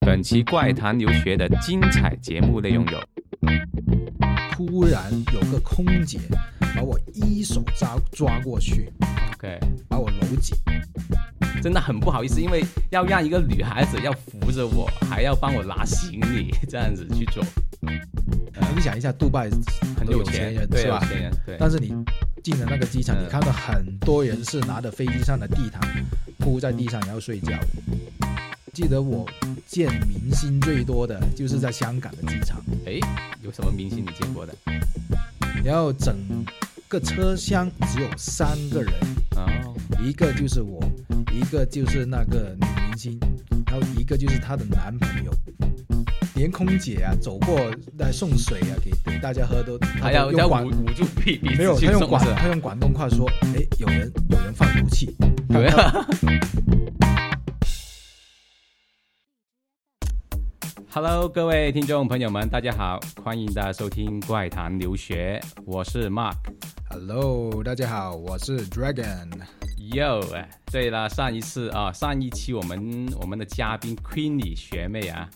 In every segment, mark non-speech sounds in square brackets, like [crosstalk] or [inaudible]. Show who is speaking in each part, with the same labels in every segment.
Speaker 1: 本期怪谈留学的精彩节目内容有：
Speaker 2: 突然有个空姐把我一手抓抓过去，
Speaker 1: OK，
Speaker 2: 把我搂紧。
Speaker 1: 真的很不好意思，因为要让一个女孩子要扶着我，还要帮我拿行李， [laughs] 这样子去做，
Speaker 2: 你想一下，杜拜
Speaker 1: 很
Speaker 2: 都有
Speaker 1: 钱
Speaker 2: 人
Speaker 1: 嗯对，啊
Speaker 2: 是
Speaker 1: 有
Speaker 2: 吧？
Speaker 1: 钱人，对，
Speaker 2: 但是你进了那个机场，
Speaker 1: 嗯
Speaker 2: 你看到很多人是拿着飞机上的地毯铺在地上然后睡觉。记得我见明星最多的就是在香港的机场，
Speaker 1: 哎，有什么明星你见过的？
Speaker 2: 然后整个车厢只有三个人，
Speaker 1: 哦，
Speaker 2: 一个就是我，一个就是那个女明星，然后一个就是她的男朋友。连空姐啊，走过来送水啊，给给大家喝都，她
Speaker 1: 还
Speaker 2: 都
Speaker 1: 要
Speaker 2: 用
Speaker 1: 要
Speaker 2: 广
Speaker 1: 捂捂住屁鼻
Speaker 2: 没
Speaker 1: 子
Speaker 2: 有，
Speaker 1: 去
Speaker 2: 他用
Speaker 1: 送
Speaker 2: 广
Speaker 1: 是吧
Speaker 2: 他用广东话说，哎，有人有人放毒气，
Speaker 1: 对啊。Hello，各位听众朋友们，大家好，欢迎大家收听《怪谈留学》，我是 Mark。
Speaker 2: Hello，大家好，我是 Dragon。
Speaker 1: Yo，哎，对了，上一次啊，上一期我们我们的嘉宾 Queenie 学妹啊，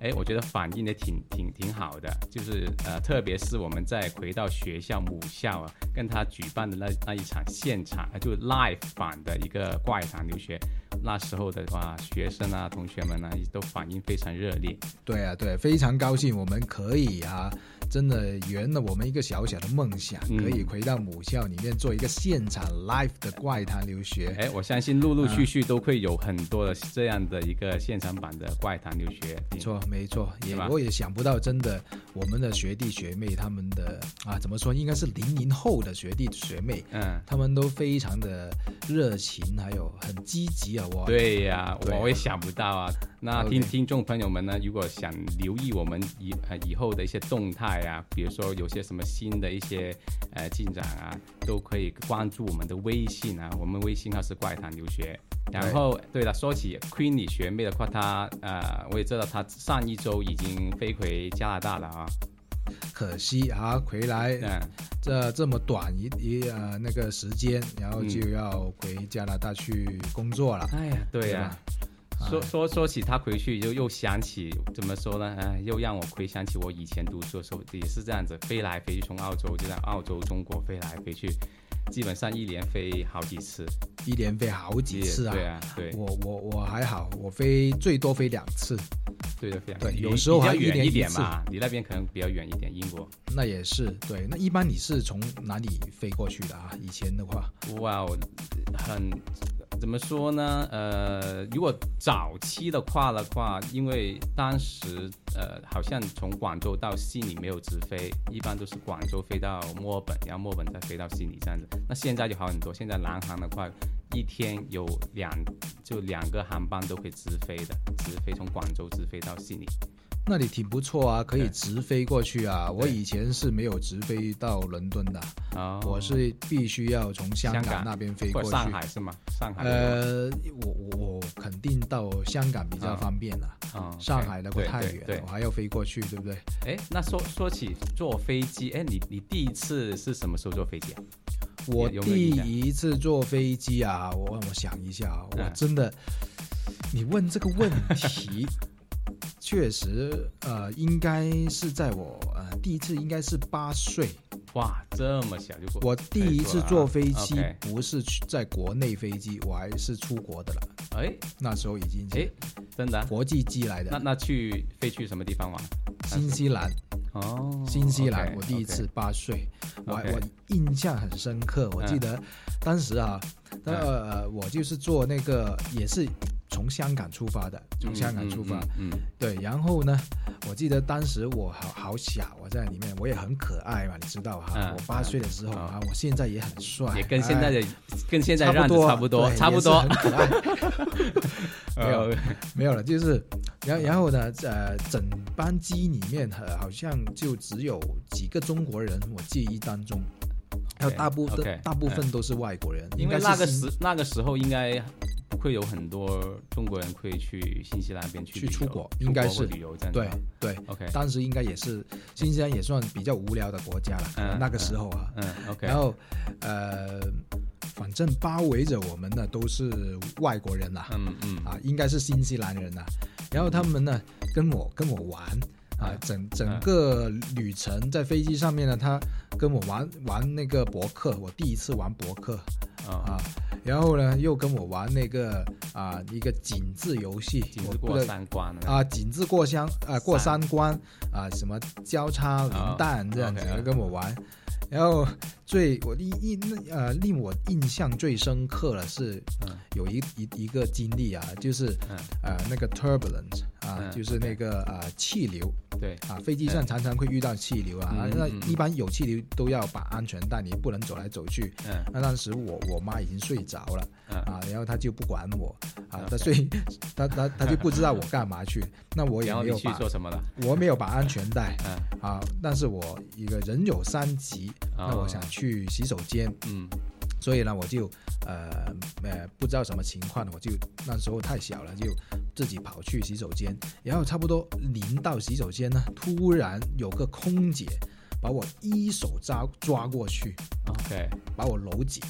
Speaker 1: 哎，我觉得反应的挺挺挺好的，就是呃，特别是我们在回到学校母校啊，跟她举办的那那一场现场，呃就 live 版的一个怪谈留学，那时候的话，学生啊、同学们呢、都反应非常热烈。
Speaker 2: 对啊，对，非常高兴我们可以啊，真的圆了我们一个小小的梦想，
Speaker 1: 嗯
Speaker 2: 可以回到母校里面做一个现场 live 的怪谈留学。
Speaker 1: 哎，我相信陆陆续续都会有很多的这样的一个现场版的怪谈留学。
Speaker 2: 没错，没错，也
Speaker 1: 是吧
Speaker 2: 我也想不到，真的，我们的学弟学妹他们的啊，怎么说，应该是零零后的学弟学妹，
Speaker 1: 嗯。
Speaker 2: 他们都非常的热情，还有很积极啊，我
Speaker 1: 对呀、
Speaker 2: 对啊
Speaker 1: 我也想不到啊。那
Speaker 2: OK
Speaker 1: 听听众朋友们呢，如果想留意我们以呃以后的一些动态啊，比如说有些什么新的一些呃进展啊，都可以关注我们的微信啊，我们微信号是怪谈留学。然后，对了，说起 Queenie 学妹的话，她呃，我也知道她上一周已经飞回加拿大了啊。
Speaker 2: 可惜啊，回来
Speaker 1: 嗯，
Speaker 2: 这这么短一一呃那个时间，然后就要回加拿大去工作了。
Speaker 1: 哎呀，对呀、
Speaker 2: 哎
Speaker 1: 说说说起他回去，又又想起怎么说呢？哎，又让我回想起我以前读书的时候，也是这样子飞来飞去，从澳洲就在澳洲、中国飞来飞去，基本上一连飞好几次。
Speaker 2: 一连飞好几次啊。
Speaker 1: 对啊，对
Speaker 2: 我我我还好，我飞最多飞两次，
Speaker 1: 对的，非常
Speaker 2: 对
Speaker 1: 你
Speaker 2: 有时候
Speaker 1: 比较
Speaker 2: 还一
Speaker 1: 远
Speaker 2: 年
Speaker 1: 一
Speaker 2: 一
Speaker 1: 点
Speaker 2: 次
Speaker 1: 嘛，你那边可能比较远一点，英国。
Speaker 2: 那也是对。那一般你是从哪里飞过去的啊？以前的话，
Speaker 1: 哇，哦，很怎么说呢？呃，如果早期的话的话，因为当时呃好像从广州到悉尼没有直飞，一般都是广州飞到墨尔本，然后墨尔本再飞到悉尼这样子。那现在就好很多，现在南航的话。一天有两就两个航班都可以直飞的，直飞从广州直飞到悉尼。
Speaker 2: 那你挺不错啊，可以
Speaker 1: 对
Speaker 2: 直飞过去啊。我
Speaker 1: 对
Speaker 2: 以前是没有直飞到伦敦的，
Speaker 1: 哦，
Speaker 2: 我是必须要从香
Speaker 1: 香
Speaker 2: 港
Speaker 1: 港
Speaker 2: 那边飞
Speaker 1: 或
Speaker 2: 过
Speaker 1: 者
Speaker 2: 去。
Speaker 1: 上海是吗？上海有
Speaker 2: 呃，我我我肯定到香港比较
Speaker 1: 啊
Speaker 2: 方便啦。
Speaker 1: 哦，OK，
Speaker 2: 上海那个
Speaker 1: 对
Speaker 2: 太
Speaker 1: 对
Speaker 2: 远
Speaker 1: 对
Speaker 2: 了，我还要飞过去，对不对？
Speaker 1: 哎，那说说起坐飞机，哎，你你第一次是什么时候坐飞机啊？
Speaker 2: 我
Speaker 1: 有没有
Speaker 2: 第
Speaker 1: 印象
Speaker 2: 一次坐飞机啊，我我想一下啊，
Speaker 1: 嗯
Speaker 2: 我真的，你问这个问题，确实，呃，应该是在我呃第一次应该是八岁，
Speaker 1: 哇，这么小就过，
Speaker 2: 我第一次坐飞机
Speaker 1: 哎
Speaker 2: 不是去在国内飞机，我还是出国的了，
Speaker 1: 哎
Speaker 2: 那时候已经
Speaker 1: 哎
Speaker 2: 是，
Speaker 1: 真的啊、
Speaker 2: 国际机来
Speaker 1: 那
Speaker 2: 的，
Speaker 1: 那去飞去什么地方玩？
Speaker 2: 新西兰。
Speaker 1: 哦，
Speaker 2: 新西兰
Speaker 1: OK，
Speaker 2: 我第一
Speaker 1: OK
Speaker 2: 次八岁，我还
Speaker 1: OK
Speaker 2: 我印象很深刻，我记
Speaker 1: 嗯
Speaker 2: 得当时啊，那
Speaker 1: 嗯
Speaker 2: 呃我就是坐那个也是从香港出发的，从香港出发，，
Speaker 1: 嗯，嗯嗯
Speaker 2: 对，然后呢，我记得当时我好好小，啊我在里面我也很可爱嘛，你知道哈，
Speaker 1: 嗯
Speaker 2: 我八岁的时候
Speaker 1: 嗯
Speaker 2: 啊，我现在也很帅，
Speaker 1: 嗯也跟现在
Speaker 2: 哎
Speaker 1: 的、跟现在
Speaker 2: 差
Speaker 1: 让
Speaker 2: 不
Speaker 1: 子
Speaker 2: 多，
Speaker 1: 差不多，
Speaker 2: 对
Speaker 1: 差不
Speaker 2: 也是
Speaker 1: 多
Speaker 2: 很，可爱。没有
Speaker 1: 呃
Speaker 2: 没有了，就是，然后然后呢，呃，整班机里面呃好像就只有几个中国人，我记忆当中，还有大部分
Speaker 1: OK，
Speaker 2: 大部分都是外国人，
Speaker 1: 嗯因
Speaker 2: 应该
Speaker 1: 为
Speaker 2: 是
Speaker 1: 那个
Speaker 2: 新
Speaker 1: 时那个时候应该不会有很多中国人会去新西兰那边去
Speaker 2: 去
Speaker 1: 旅游
Speaker 2: 出国
Speaker 1: 出
Speaker 2: 应该
Speaker 1: 国或
Speaker 2: 是
Speaker 1: 旅游这样子
Speaker 2: 对
Speaker 1: 吧。
Speaker 2: 对，
Speaker 1: OK，
Speaker 2: 当时应该也是新西兰也算比较无聊的国家了，
Speaker 1: 嗯
Speaker 2: 那个时候啊，
Speaker 1: 嗯 OK，
Speaker 2: 然后呃，反正包围着我们的都是外国人啦、
Speaker 1: 嗯嗯
Speaker 2: 啊，应该是新西兰人呐、啊然后他们呢跟我跟我玩啊
Speaker 1: 啊，
Speaker 2: 整整个旅程在飞机上面呢，他跟我玩玩那个博客，我第一次玩博客
Speaker 1: 啊，
Speaker 2: 啊，然后呢又跟我玩那个啊一个井字游戏，
Speaker 1: 仅
Speaker 2: 我
Speaker 1: 是
Speaker 2: 不
Speaker 1: 过
Speaker 2: 知道
Speaker 1: 三关了
Speaker 2: 啊，井字过箱啊，过三关啊，什么交叉零蛋这样子
Speaker 1: OK，OK
Speaker 2: 来跟我玩。然后最我印印那呃令我印象最深刻的是
Speaker 1: 嗯
Speaker 2: 有一一一个经历啊，就是
Speaker 1: 嗯
Speaker 2: 呃那个 turbulence 啊，
Speaker 1: 嗯
Speaker 2: 就是那个啊气流
Speaker 1: 对，
Speaker 2: 啊，飞机上常常会遇到气流啊，
Speaker 1: 嗯
Speaker 2: 那
Speaker 1: 嗯嗯
Speaker 2: 一般有气流都要绑安全带，你不能走来走去。
Speaker 1: 嗯
Speaker 2: 那当时我我妈已经睡着了。
Speaker 1: 嗯
Speaker 2: 啊，然后他就不管我啊，
Speaker 1: OK
Speaker 2: 他
Speaker 1: [laughs]
Speaker 2: 所以他他他就不知道我干嘛去，那我也
Speaker 1: 然后
Speaker 2: 没
Speaker 1: 你
Speaker 2: 有
Speaker 1: 去
Speaker 2: 把
Speaker 1: 做什么了？
Speaker 2: 我没有把安全带
Speaker 1: 嗯，
Speaker 2: 啊，但是我一个人有三急，那
Speaker 1: 哦
Speaker 2: 我想，去洗手间，
Speaker 1: 嗯
Speaker 2: 所以呢我就呃呃不知道什么情况，我就那时候太小了，就自己跑去洗手间，然后差不多临到洗手间呢，突然有个空姐把我一手抓抓过去，
Speaker 1: ，OK，
Speaker 2: 把我搂紧，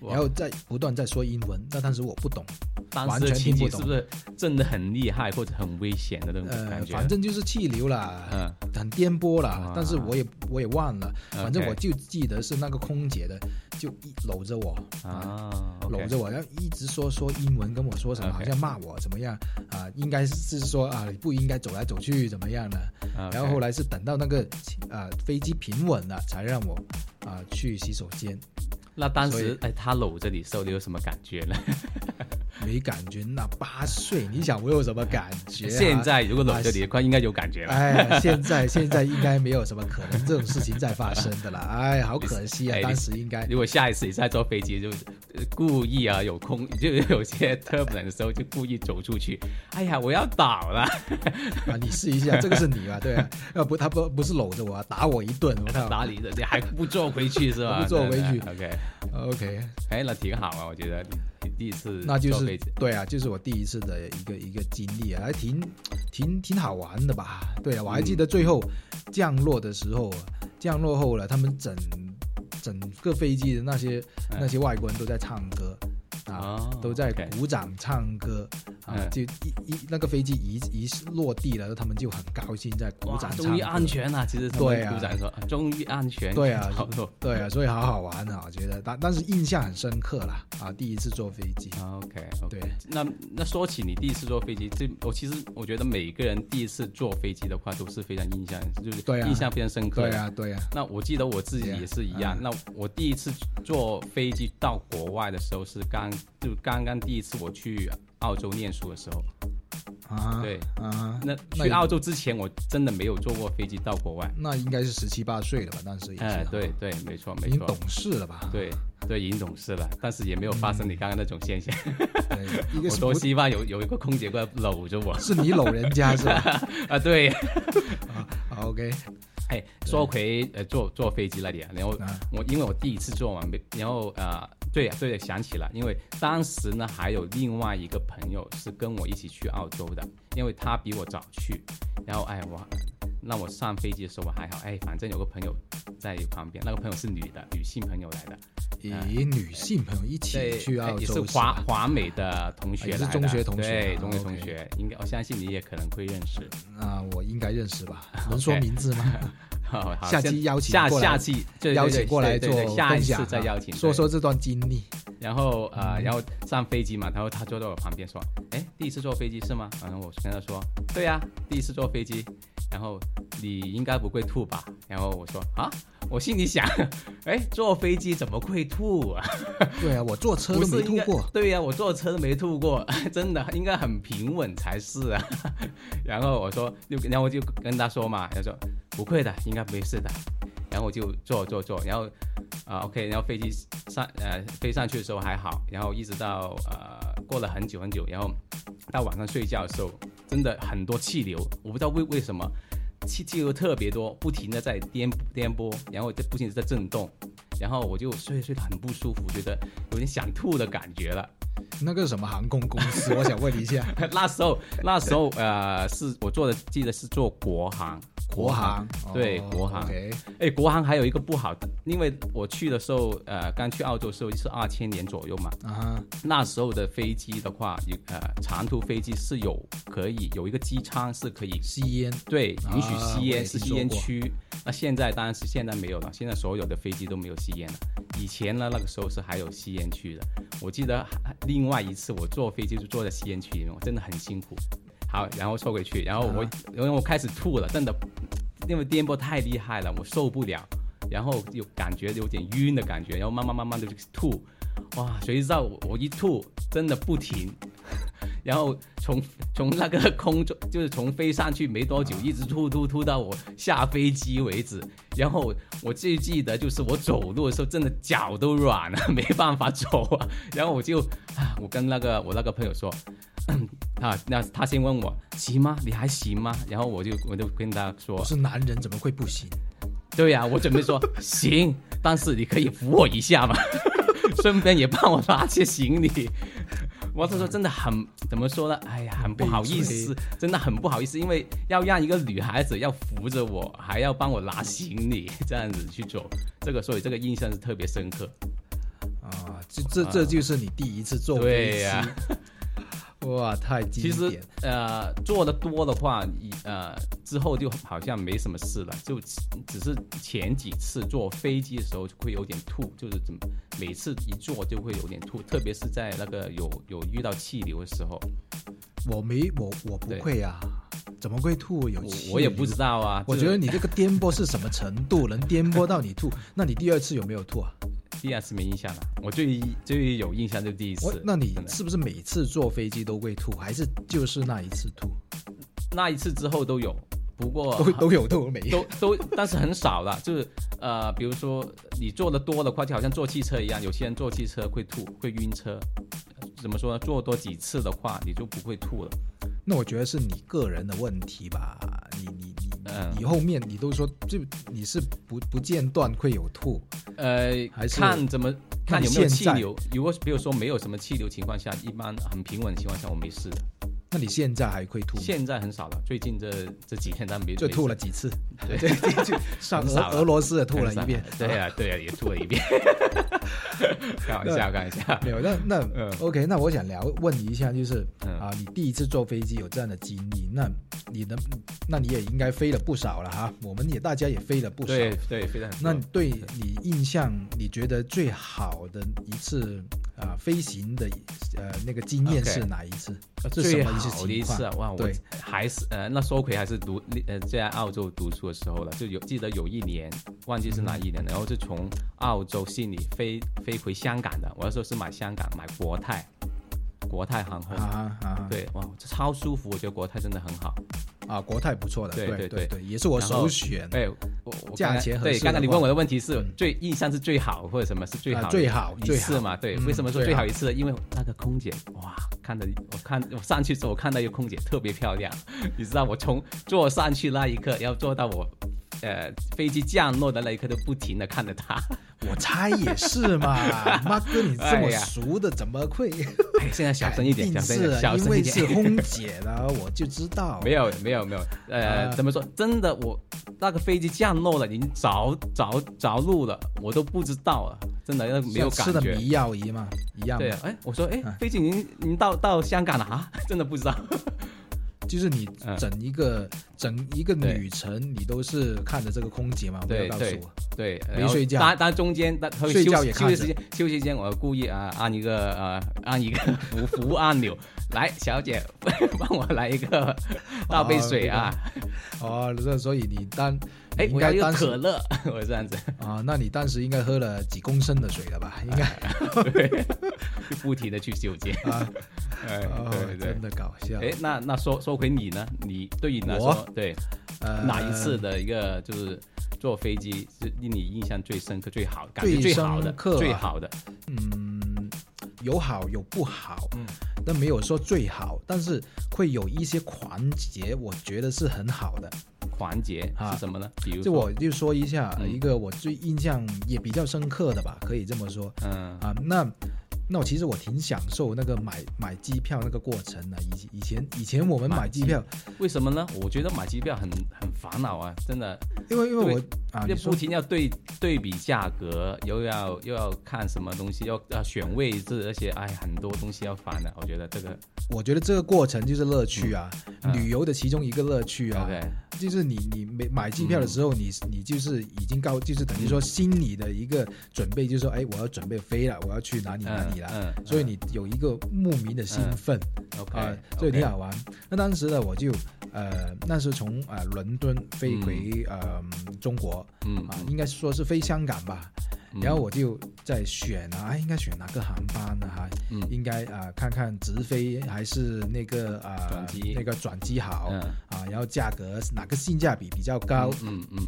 Speaker 1: 哇
Speaker 2: 然后再不断在说英文，那当时我不懂。
Speaker 1: 当
Speaker 2: 完
Speaker 1: 时
Speaker 2: 全
Speaker 1: 的
Speaker 2: 听
Speaker 1: 情景
Speaker 2: 不懂
Speaker 1: 是不是真的很厉害或者很危险的那种
Speaker 2: 呃
Speaker 1: 感，觉？
Speaker 2: 反正就是气流啦，
Speaker 1: 嗯，
Speaker 2: 很颠簸啦
Speaker 1: 哇，
Speaker 2: 但是我也我也忘了，反正
Speaker 1: OK
Speaker 2: 我就记得是那个空姐的，就一搂着我，
Speaker 1: 啊，
Speaker 2: 搂着我，然后一直说说英文，跟我说什么，
Speaker 1: OK
Speaker 2: 好像骂我怎么样啊，应该是说啊，你不应该走来走去怎么样的。
Speaker 1: o
Speaker 2: 然后后来是等到那个啊飞机平稳了，才让我啊去洗手间，
Speaker 1: 那当
Speaker 2: 所以
Speaker 1: 时哎，他搂着你时候，你有什么感觉呢？
Speaker 2: 没感觉。那八岁，你想我有什么感觉啊？
Speaker 1: 现在如果搂着你，快应该有感觉了。
Speaker 2: 哎呀，现在现在应该没有什么可能这种事情再发生的
Speaker 1: [laughs]
Speaker 2: 了。哎，好可惜啊
Speaker 1: 哎，你
Speaker 2: 当时应该
Speaker 1: 如果下一次你再坐飞机，就呃故意啊有空，就有些 turbulent 的时候，就故意走出去。哎呀，我要倒了，
Speaker 2: 啊，你试一下，这个是你吧？
Speaker 1: [laughs]
Speaker 2: 对啊，要不他不不是搂着我啊，打我一顿，我靠。
Speaker 1: 哪里的？你还不坐回去是吧？
Speaker 2: 不坐回去
Speaker 1: OK，
Speaker 2: OK，
Speaker 1: 哎，那挺好啊，我觉得你你第一次
Speaker 2: 那就
Speaker 1: 坐
Speaker 2: 是
Speaker 1: 飞机
Speaker 2: 对啊，就是我第一次的一个一个经历啊，还挺挺挺好玩的吧？对啊，我还记得最后降落的时候，啊，降落后了，他们整整个飞机的那些
Speaker 1: 嗯
Speaker 2: 那些外国人都在唱歌啊，
Speaker 1: 哦
Speaker 2: 都在
Speaker 1: OK
Speaker 2: 鼓掌唱歌啊，
Speaker 1: 嗯
Speaker 2: 就一一那个飞机一一落地了，他们就很高兴在鼓
Speaker 1: 哇
Speaker 2: 掌唱
Speaker 1: 终于
Speaker 2: 歌
Speaker 1: 安全了。其实他们
Speaker 2: 对啊
Speaker 1: 鼓掌说终于安全，
Speaker 2: 对啊
Speaker 1: 差不多
Speaker 2: 对啊，所以好好玩啊，我觉得，但但是印象很深刻啦啊，第一次坐飞机，
Speaker 1: OK OK，
Speaker 2: 对，
Speaker 1: 啊那那说起你第一次坐飞机，这我其实我觉得每个人第一次坐飞机的话都是非常印象，就是
Speaker 2: 对啊
Speaker 1: 印象非常深刻的。
Speaker 2: 对啊嗯对啊，
Speaker 1: 那我记得我自己
Speaker 2: Yeah，
Speaker 1: 也是一样。那我第一次坐飞机到国外的时候是刚就刚刚第一次我去澳洲念书的时候。
Speaker 2: 啊
Speaker 1: 对
Speaker 2: 啊，
Speaker 1: 那
Speaker 2: 那
Speaker 1: 去
Speaker 2: 你
Speaker 1: 澳洲之前，我真的没有坐过飞机到国外。
Speaker 2: 那应该是十七八岁了吧，当时已经、啊
Speaker 1: 哎、对，对，没错没
Speaker 2: 已经
Speaker 1: 错
Speaker 2: 懂，事了吧？
Speaker 1: 对对，已经懂事了，但是也没有发生你刚刚那种现象。
Speaker 2: 对，一
Speaker 1: [laughs]
Speaker 2: 个
Speaker 1: 我
Speaker 2: 是
Speaker 1: 多
Speaker 2: 不
Speaker 1: 希望有有一个空姐过来搂着我
Speaker 2: 是你搂人家
Speaker 1: [laughs]
Speaker 2: 是吧？啊
Speaker 1: 啊！对，
Speaker 2: 好 OK，
Speaker 1: 哎，说回呃坐坐飞机那里啊，然后
Speaker 2: 啊
Speaker 1: 我因为我第一次坐嘛，没，然后呃对对想起来，因为当时呢还有另外一个朋友是跟我一起去澳洲的，因为他比我早去，然后哎我。那我上飞机的时候我还好，哎，反正有个朋友在旁边，那个朋友是女的，女性朋友来的，
Speaker 2: 以女性朋友一起
Speaker 1: 哎对，
Speaker 2: 去
Speaker 1: 哎
Speaker 2: 澳
Speaker 1: 也是
Speaker 2: 洲
Speaker 1: 华
Speaker 2: 吧
Speaker 1: 华美的同学
Speaker 2: 也
Speaker 1: 来
Speaker 2: 是
Speaker 1: 的，
Speaker 2: 中学同学
Speaker 1: 对，
Speaker 2: 啊
Speaker 1: 中学
Speaker 2: OK
Speaker 1: 同学，应该我相信你也可能会认识。 [laughs]
Speaker 2: 啊，我应该认识吧？能说名字吗？
Speaker 1: 好好
Speaker 2: 下
Speaker 1: 先
Speaker 2: 期邀请
Speaker 1: 下
Speaker 2: 过来
Speaker 1: 下期对对
Speaker 2: 邀
Speaker 1: 对
Speaker 2: 请过来
Speaker 1: 对
Speaker 2: 做
Speaker 1: 对对下
Speaker 2: 分
Speaker 1: 一
Speaker 2: 享
Speaker 1: 次
Speaker 2: 啊，
Speaker 1: 再邀请。
Speaker 2: 说
Speaker 1: 对，
Speaker 2: 说嗯这段经
Speaker 1: [laughs]
Speaker 2: 历。
Speaker 1: 然后呃，然后上飞机嘛，然后他坐到我旁边说：“哎，第一次坐飞机是吗？”然后我跟他说：“对呀、第一次坐飞机。”然后你应该不会吐吧？然后我说：“啊，我心里想，哎，坐飞机怎么会吐啊？
Speaker 2: 对啊，我坐车
Speaker 1: 不
Speaker 2: 都
Speaker 1: 是
Speaker 2: 没
Speaker 1: 应
Speaker 2: 吐
Speaker 1: 该
Speaker 2: 过。
Speaker 1: 对呀、我坐车都没吐过， [laughs] 真的应该很平稳才是啊。 [laughs] 然后我说，就然后我就跟他说嘛，他说不会的，应该没事的。然后我就坐坐坐，然后啊、OK，然后飞机上呃飞上去的时候还好，然后一直到呃过了很久很久，然后到晚上睡觉的时候，真的很多气流，我不知道为为什么气气流特别多，不停的在颠颠簸，然后这不停的在震动，然后我就睡睡得很不舒服，觉得有点想吐的感觉了。 [laughs]
Speaker 2: 那个什么航空公司，我想问一下 [laughs]
Speaker 1: 那时候那时候呃是我坐的记得是坐国航，
Speaker 2: 国航，
Speaker 1: 对
Speaker 2: 哦
Speaker 1: 国航
Speaker 2: OK，
Speaker 1: 哎，国航还有一个不好的，因为我去的时候，呃，刚去澳洲的时候是二千年左右嘛，
Speaker 2: 啊哈，
Speaker 1: 那时候的飞机的话，有呃，长途飞机是有可以有一个机舱是可以
Speaker 2: 吸烟
Speaker 1: 对
Speaker 2: 啊
Speaker 1: 允许吸
Speaker 2: 我也
Speaker 1: 烟，是
Speaker 2: 听
Speaker 1: 吸
Speaker 2: 说
Speaker 1: 烟
Speaker 2: 过
Speaker 1: 区。那现在当然是现在没有了，现在所有的飞机都没有吸烟了。以前呢，那个时候是还有吸烟区的。我记得还另外一次我坐飞机就坐在吸烟区里面，我真的很辛苦。好，然后收回去，然后
Speaker 2: 啊
Speaker 1: 我、因为我开始吐了，真的，因为颠簸太厉害了，我受不了，然后有感觉有点晕的感觉，然后慢慢慢慢的就吐，哇，谁知道我我一吐真的不停， [laughs] 然后从从那个空中就是从飞上去没多久，一直吐吐吐到我下飞机为止。然后我最记得就是我走路的时候，真的脚都软了， [laughs] 没办法走啊。然后我就啊，我跟那个我那个朋友说， [coughs] 啊，那他先问我行吗？你还行吗？然后我就我就跟他说
Speaker 2: 我，是男人怎么会不行？
Speaker 1: 对呀、我准备说行，但是你可以扶我一下嘛， [laughs] 顺便也帮我拿些行李。我是说真的很怎么说呢？哎呀，很不好意思，真的很不好意思，因为要让一个女孩子要扶着我，还要帮我拿行李，这样子去走，这个所以这个印象是特别深刻。
Speaker 2: 啊，这这这就是你第一次坐飞
Speaker 1: 对
Speaker 2: 机，
Speaker 1: 呀、
Speaker 2: 哇，太
Speaker 1: 其
Speaker 2: 经
Speaker 1: 实
Speaker 2: 典。
Speaker 1: 呃做的多的话，一呃之后就好像没什么事了，就只只是前几次坐飞机的时候就会有点吐，就是怎么每次一坐就会有点吐，特别是在那个有有遇到气流的时候，
Speaker 2: 我没我我不
Speaker 1: 对
Speaker 2: 会啊，怎么会吐有气
Speaker 1: 我我也不
Speaker 2: 流
Speaker 1: 知道啊。
Speaker 2: 我
Speaker 1: 就是
Speaker 2: 觉得你这个颠簸是什么程度，能颠簸到你吐？那你第二次有没有吐啊？
Speaker 1: 第二次没印象了，我最最有印象就第一
Speaker 2: 我
Speaker 1: 次。
Speaker 2: 那你
Speaker 1: 真的
Speaker 2: 是不是每次坐飞机都会吐，还是就是那一次吐？
Speaker 1: 那一次之后都有，不过
Speaker 2: [laughs] 都都有吐没？
Speaker 1: [laughs] 都都，但是很少了。就是呃，比如说你坐的多的话，就好像坐汽车一样，有些人坐汽车会吐，会晕车。怎么说呢？坐多几次的话，你就不会吐了。
Speaker 2: 那我觉得是你个人的问题吧。你你你
Speaker 1: 嗯
Speaker 2: 你后面你都说这你是不不间断会有吐，
Speaker 1: 呃
Speaker 2: 还，是
Speaker 1: 看怎么看有没有
Speaker 2: 看现
Speaker 1: 气
Speaker 2: 在
Speaker 1: 流。如果比如说没有什么气流情况下，一般很平稳的情况下，我没事的。
Speaker 2: 那你现在还会吐吗？
Speaker 1: 现在很少了，最近这这几天咱没
Speaker 2: 就吐了
Speaker 1: 没
Speaker 2: 几次，
Speaker 1: 事，对，
Speaker 2: [laughs] 上
Speaker 1: 很
Speaker 2: 俄
Speaker 1: 少了
Speaker 2: 俄罗斯也吐了
Speaker 1: 很少
Speaker 2: 一遍，
Speaker 1: 对呀、对呀、啊也吐了一
Speaker 2: [laughs]
Speaker 1: 遍。 [laughs] 开玩笑，开玩笑。
Speaker 2: 没有，那那、
Speaker 1: 嗯
Speaker 2: OK，那我想聊问你一下，就是
Speaker 1: 嗯
Speaker 2: 啊，你第一次坐飞机有这样的经历，那你能，那你也应该飞了不少了哈，我们也大家也飞了不少。
Speaker 1: 对对，非常。
Speaker 2: 那对啊你印象，你觉得最好的一次啊、飞行的呃那个经验
Speaker 1: OK
Speaker 2: 是哪一次？是什
Speaker 1: 呃最
Speaker 2: 么一次
Speaker 1: 好的一
Speaker 2: 情
Speaker 1: 次
Speaker 2: 况？
Speaker 1: 啊！哇，我
Speaker 2: 对
Speaker 1: 还是呃，那说回还是读呃在澳洲读书的时候了，就有记得有一年忘记是
Speaker 2: 嗯
Speaker 1: 哪一年了，然后就从澳洲悉尼飞飞回香港的，我那时候是买香港买国泰，国泰航空。
Speaker 2: 啊啊
Speaker 1: 对，哇，这超舒服，我觉得国泰真的很好。
Speaker 2: 啊！国泰不错的，
Speaker 1: 对
Speaker 2: 对
Speaker 1: 对
Speaker 2: 对
Speaker 1: 对
Speaker 2: 也是我
Speaker 1: 然后
Speaker 2: 首选。
Speaker 1: 哎，我我
Speaker 2: 嗯价
Speaker 1: 刚才
Speaker 2: 钱合
Speaker 1: 对，
Speaker 2: 适
Speaker 1: 刚才
Speaker 2: 的
Speaker 1: 你
Speaker 2: 话
Speaker 1: 问我的问题是
Speaker 2: 嗯
Speaker 1: 最印象是最好或者什么是最
Speaker 2: 啊
Speaker 1: 好的
Speaker 2: 最好
Speaker 1: 一
Speaker 2: 最好
Speaker 1: 次嘛？对，为什么说最
Speaker 2: 嗯最好
Speaker 1: 好一次？因为那个空姐哇，看着我看我上去之后，我看到一个空姐特别漂亮， [laughs] 你知道我从坐上去那一刻，要坐到我。呃，飞机降落的那一刻都不停的看着她。 [laughs]
Speaker 2: 我猜也是嘛，妈哥，你这
Speaker 1: 哎
Speaker 2: 么
Speaker 1: 呀
Speaker 2: 熟的，怎么会？
Speaker 1: 哎，现在小声一点，小
Speaker 2: 肯
Speaker 1: 声一
Speaker 2: 定是
Speaker 1: 点，
Speaker 2: 啊
Speaker 1: 小
Speaker 2: 因
Speaker 1: 声一
Speaker 2: 为
Speaker 1: 点。
Speaker 2: 是空姐了，我就知道。
Speaker 1: [laughs] 没有没有没有，呃，
Speaker 2: 啊
Speaker 1: 怎么说？真的，我那个飞机降落了，已经着着着陆了，我都不知道了，真的那个没有
Speaker 2: 像
Speaker 1: 感
Speaker 2: 吃的
Speaker 1: 觉。
Speaker 2: 迷药一嘛，一样
Speaker 1: 对
Speaker 2: 嘛
Speaker 1: 啊，，哎，我说，哎
Speaker 2: 啊，
Speaker 1: 飞机您您到到香港了啊？ [laughs] 真的不知道。
Speaker 2: 就是你
Speaker 1: 嗯
Speaker 2: 整一个整一个
Speaker 1: 对
Speaker 2: 旅程，你都是看着这个空姐嘛，没有
Speaker 1: 对
Speaker 2: 告诉我。
Speaker 1: 对，
Speaker 2: 没
Speaker 1: 然后
Speaker 2: 睡觉
Speaker 1: 当当中间当
Speaker 2: 睡觉
Speaker 1: 休息
Speaker 2: 也
Speaker 1: 休
Speaker 2: 看着
Speaker 1: 息时间休息时间，我故意啊按一个呃按
Speaker 2: [laughs]
Speaker 1: 一个服服务按钮，来，小姐 [laughs] 帮我来一个倒杯水啊，
Speaker 2: 哦，这所以你当你
Speaker 1: 哎，
Speaker 2: 应
Speaker 1: 我要
Speaker 2: 该
Speaker 1: 一个
Speaker 2: 当时
Speaker 1: 可乐， [laughs] 我这样
Speaker 2: [laughs]
Speaker 1: 子，
Speaker 2: 啊，那你当时应该喝了几公升的水了
Speaker 1: 哎
Speaker 2: 吧？应该
Speaker 1: 对，就不停的去纠结，
Speaker 2: 啊，
Speaker 1: 哎，
Speaker 2: 哦
Speaker 1: 对对
Speaker 2: 真。的搞笑。
Speaker 1: 哎，那那说说回你呢？你对于你来
Speaker 2: 我
Speaker 1: 说，对
Speaker 2: 呃，
Speaker 1: 哪一次的一个就是坐飞机是令你印象最深刻、最好，感觉
Speaker 2: 最
Speaker 1: 最好的
Speaker 2: 深、刻啊
Speaker 1: 最好的？
Speaker 2: 嗯，有好有不好，
Speaker 1: 嗯，
Speaker 2: 但没有说最好，但是会有一些环节，我觉得是很好的。
Speaker 1: 环节
Speaker 2: 啊
Speaker 1: 是什么呢？比如
Speaker 2: 就
Speaker 1: 说
Speaker 2: 我就说一下
Speaker 1: 嗯
Speaker 2: 一个我最印象也比较深刻的吧，可以这么说
Speaker 1: 嗯
Speaker 2: 啊。那那我其实我挺享受那个买买机票那个过程的。以以前以前我们买
Speaker 1: 买
Speaker 2: 机
Speaker 1: 机
Speaker 2: 票，
Speaker 1: 为什么呢？我觉得买机票很很烦恼啊，真的，
Speaker 2: 因为因为我啊，
Speaker 1: 要
Speaker 2: 你说
Speaker 1: 不停要对对比价格，又要又要看什么东西，要要选位置，而且哎，很多东西要烦啊的。我觉得这个
Speaker 2: 我觉得这个过程就是乐趣啊，
Speaker 1: 嗯
Speaker 2: 旅游的其中一个乐趣啊，
Speaker 1: OK，
Speaker 2: 就是你你买买机票的时候，你你就是已经高，就是等于说心里的一个准备，就是说，哎，我要准备飞了，我要去哪里哪里了，
Speaker 1: 嗯，嗯
Speaker 2: 所以你有一个莫名的兴奋
Speaker 1: 嗯 OK，
Speaker 2: 啊，
Speaker 1: OK
Speaker 2: 所以挺好玩。那当时呢，我就呃，那是从呃伦敦飞回呃中国
Speaker 1: 嗯
Speaker 2: 啊，应该说是飞香港吧，
Speaker 1: 嗯
Speaker 2: 然后我就在选啊，哎应该选哪个航班呢？哈，
Speaker 1: 嗯
Speaker 2: 应该啊、看看直飞还是那个啊、
Speaker 1: 转机
Speaker 2: 那个转机好、
Speaker 1: 嗯
Speaker 2: 啊，然后价格哪个性价比比较高？
Speaker 1: 嗯嗯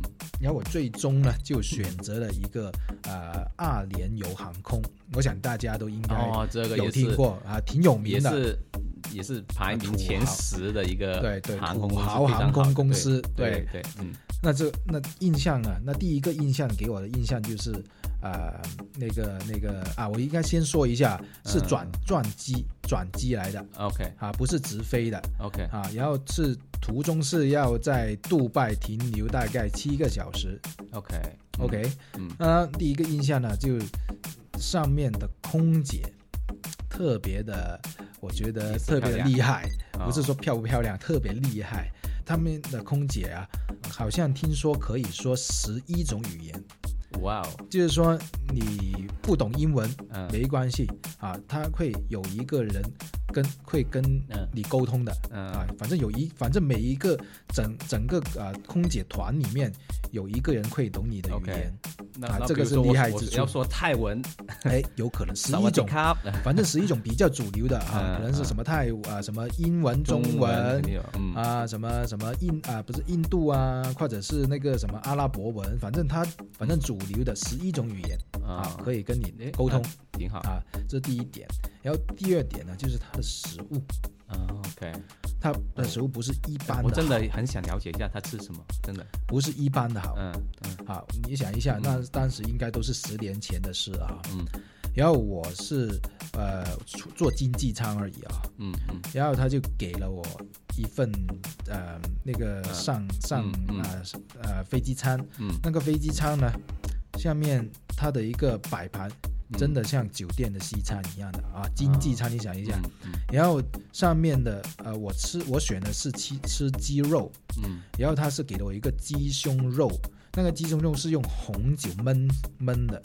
Speaker 2: 然后我最终呢就选择了一个呃阿联酋航空，我想大家都应
Speaker 1: 嗯，
Speaker 2: 该
Speaker 1: 哦，这个
Speaker 2: 有
Speaker 1: 也
Speaker 2: 听
Speaker 1: 是
Speaker 2: 过啊，挺有名
Speaker 1: 也
Speaker 2: 的。
Speaker 1: 是也是排名前十的一个
Speaker 2: 对对，
Speaker 1: 航空
Speaker 2: 啊土
Speaker 1: 公司
Speaker 2: 豪
Speaker 1: 非常
Speaker 2: 航空
Speaker 1: 好
Speaker 2: 公司，
Speaker 1: 对对，嗯
Speaker 2: 那这那印象啊，那第一个印象给我的印象就是，呃，那个那个啊，我应该先说一下，是
Speaker 1: 嗯
Speaker 2: 转、转机转机来的
Speaker 1: ，OK
Speaker 2: 啊，不是直飞的
Speaker 1: OK，
Speaker 2: 啊，然后是途中是要在杜拜停留大概七个小时。
Speaker 1: OK
Speaker 2: OK，
Speaker 1: 嗯
Speaker 2: 那第一个印象呢，就上面的空姐特别的，我觉得
Speaker 1: 也是
Speaker 2: 特别
Speaker 1: 漂
Speaker 2: 的
Speaker 1: 亮
Speaker 2: 厉害。
Speaker 1: 啊
Speaker 2: 不是说漂不漂亮，特别厉害。他们的空姐啊，好像听说可以说十一种语言，
Speaker 1: 哇哦，
Speaker 2: 就是说你不懂英文
Speaker 1: 嗯
Speaker 2: 没关系啊，他会有一个人跟会跟
Speaker 1: 嗯
Speaker 2: 你沟通的啊
Speaker 1: 嗯，
Speaker 2: 反正有一反正每一个整整个啊空姐团里面有一个人会懂你的语
Speaker 1: OK
Speaker 2: 言，
Speaker 1: 那
Speaker 2: 啊
Speaker 1: 那
Speaker 2: 这
Speaker 1: 比
Speaker 2: 个
Speaker 1: 如
Speaker 2: 是
Speaker 1: 说我
Speaker 2: 厉害
Speaker 1: 我
Speaker 2: 之处
Speaker 1: 要说泰文，
Speaker 2: 哎，有可能十
Speaker 1: 萨
Speaker 2: 一
Speaker 1: 瓦迪
Speaker 2: 种。
Speaker 1: 卡
Speaker 2: 反正十一种比较主流的啊，
Speaker 1: 嗯
Speaker 2: 可能是什么泰啊，什么英文、 [laughs] 中
Speaker 1: 文
Speaker 2: 文
Speaker 1: 肯定有，嗯
Speaker 2: 啊，什么什么印啊，不是印度啊，或者是那个什么阿拉伯文，反正它反正主流的十一种语言啊，可
Speaker 1: 以
Speaker 2: 以跟你沟通
Speaker 1: 挺好
Speaker 2: 啊，这是第一点。然后第二点呢，就是它的食物，
Speaker 1: 嗯
Speaker 2: [laughs]
Speaker 1: OK，
Speaker 2: 它的食物不是一般的好，啊
Speaker 1: 我真的很想了解一下他吃什么，真的，
Speaker 2: 不是一般的好
Speaker 1: 嗯嗯
Speaker 2: 啊。你想一下，
Speaker 1: 嗯
Speaker 2: 那当时应该都是十年前的事啊。
Speaker 1: 嗯
Speaker 2: 然后我是呃做经济舱而已啊，
Speaker 1: 嗯嗯
Speaker 2: 然后他就给了我一份呃那个
Speaker 1: 嗯
Speaker 2: 上上
Speaker 1: 嗯嗯
Speaker 2: 呃呃飞机餐，
Speaker 1: 嗯，
Speaker 2: 那个飞机餐呢，下面它的一个摆盘
Speaker 1: 嗯
Speaker 2: 真的像酒店的西餐一样的啊，经济餐你想一下，
Speaker 1: 嗯嗯
Speaker 2: 然后上面的呃我吃我选的是吃吃鸡肉，
Speaker 1: 嗯
Speaker 2: 然后它是给了我一个鸡胸肉。那个鸡胸肉是用红酒焖焖的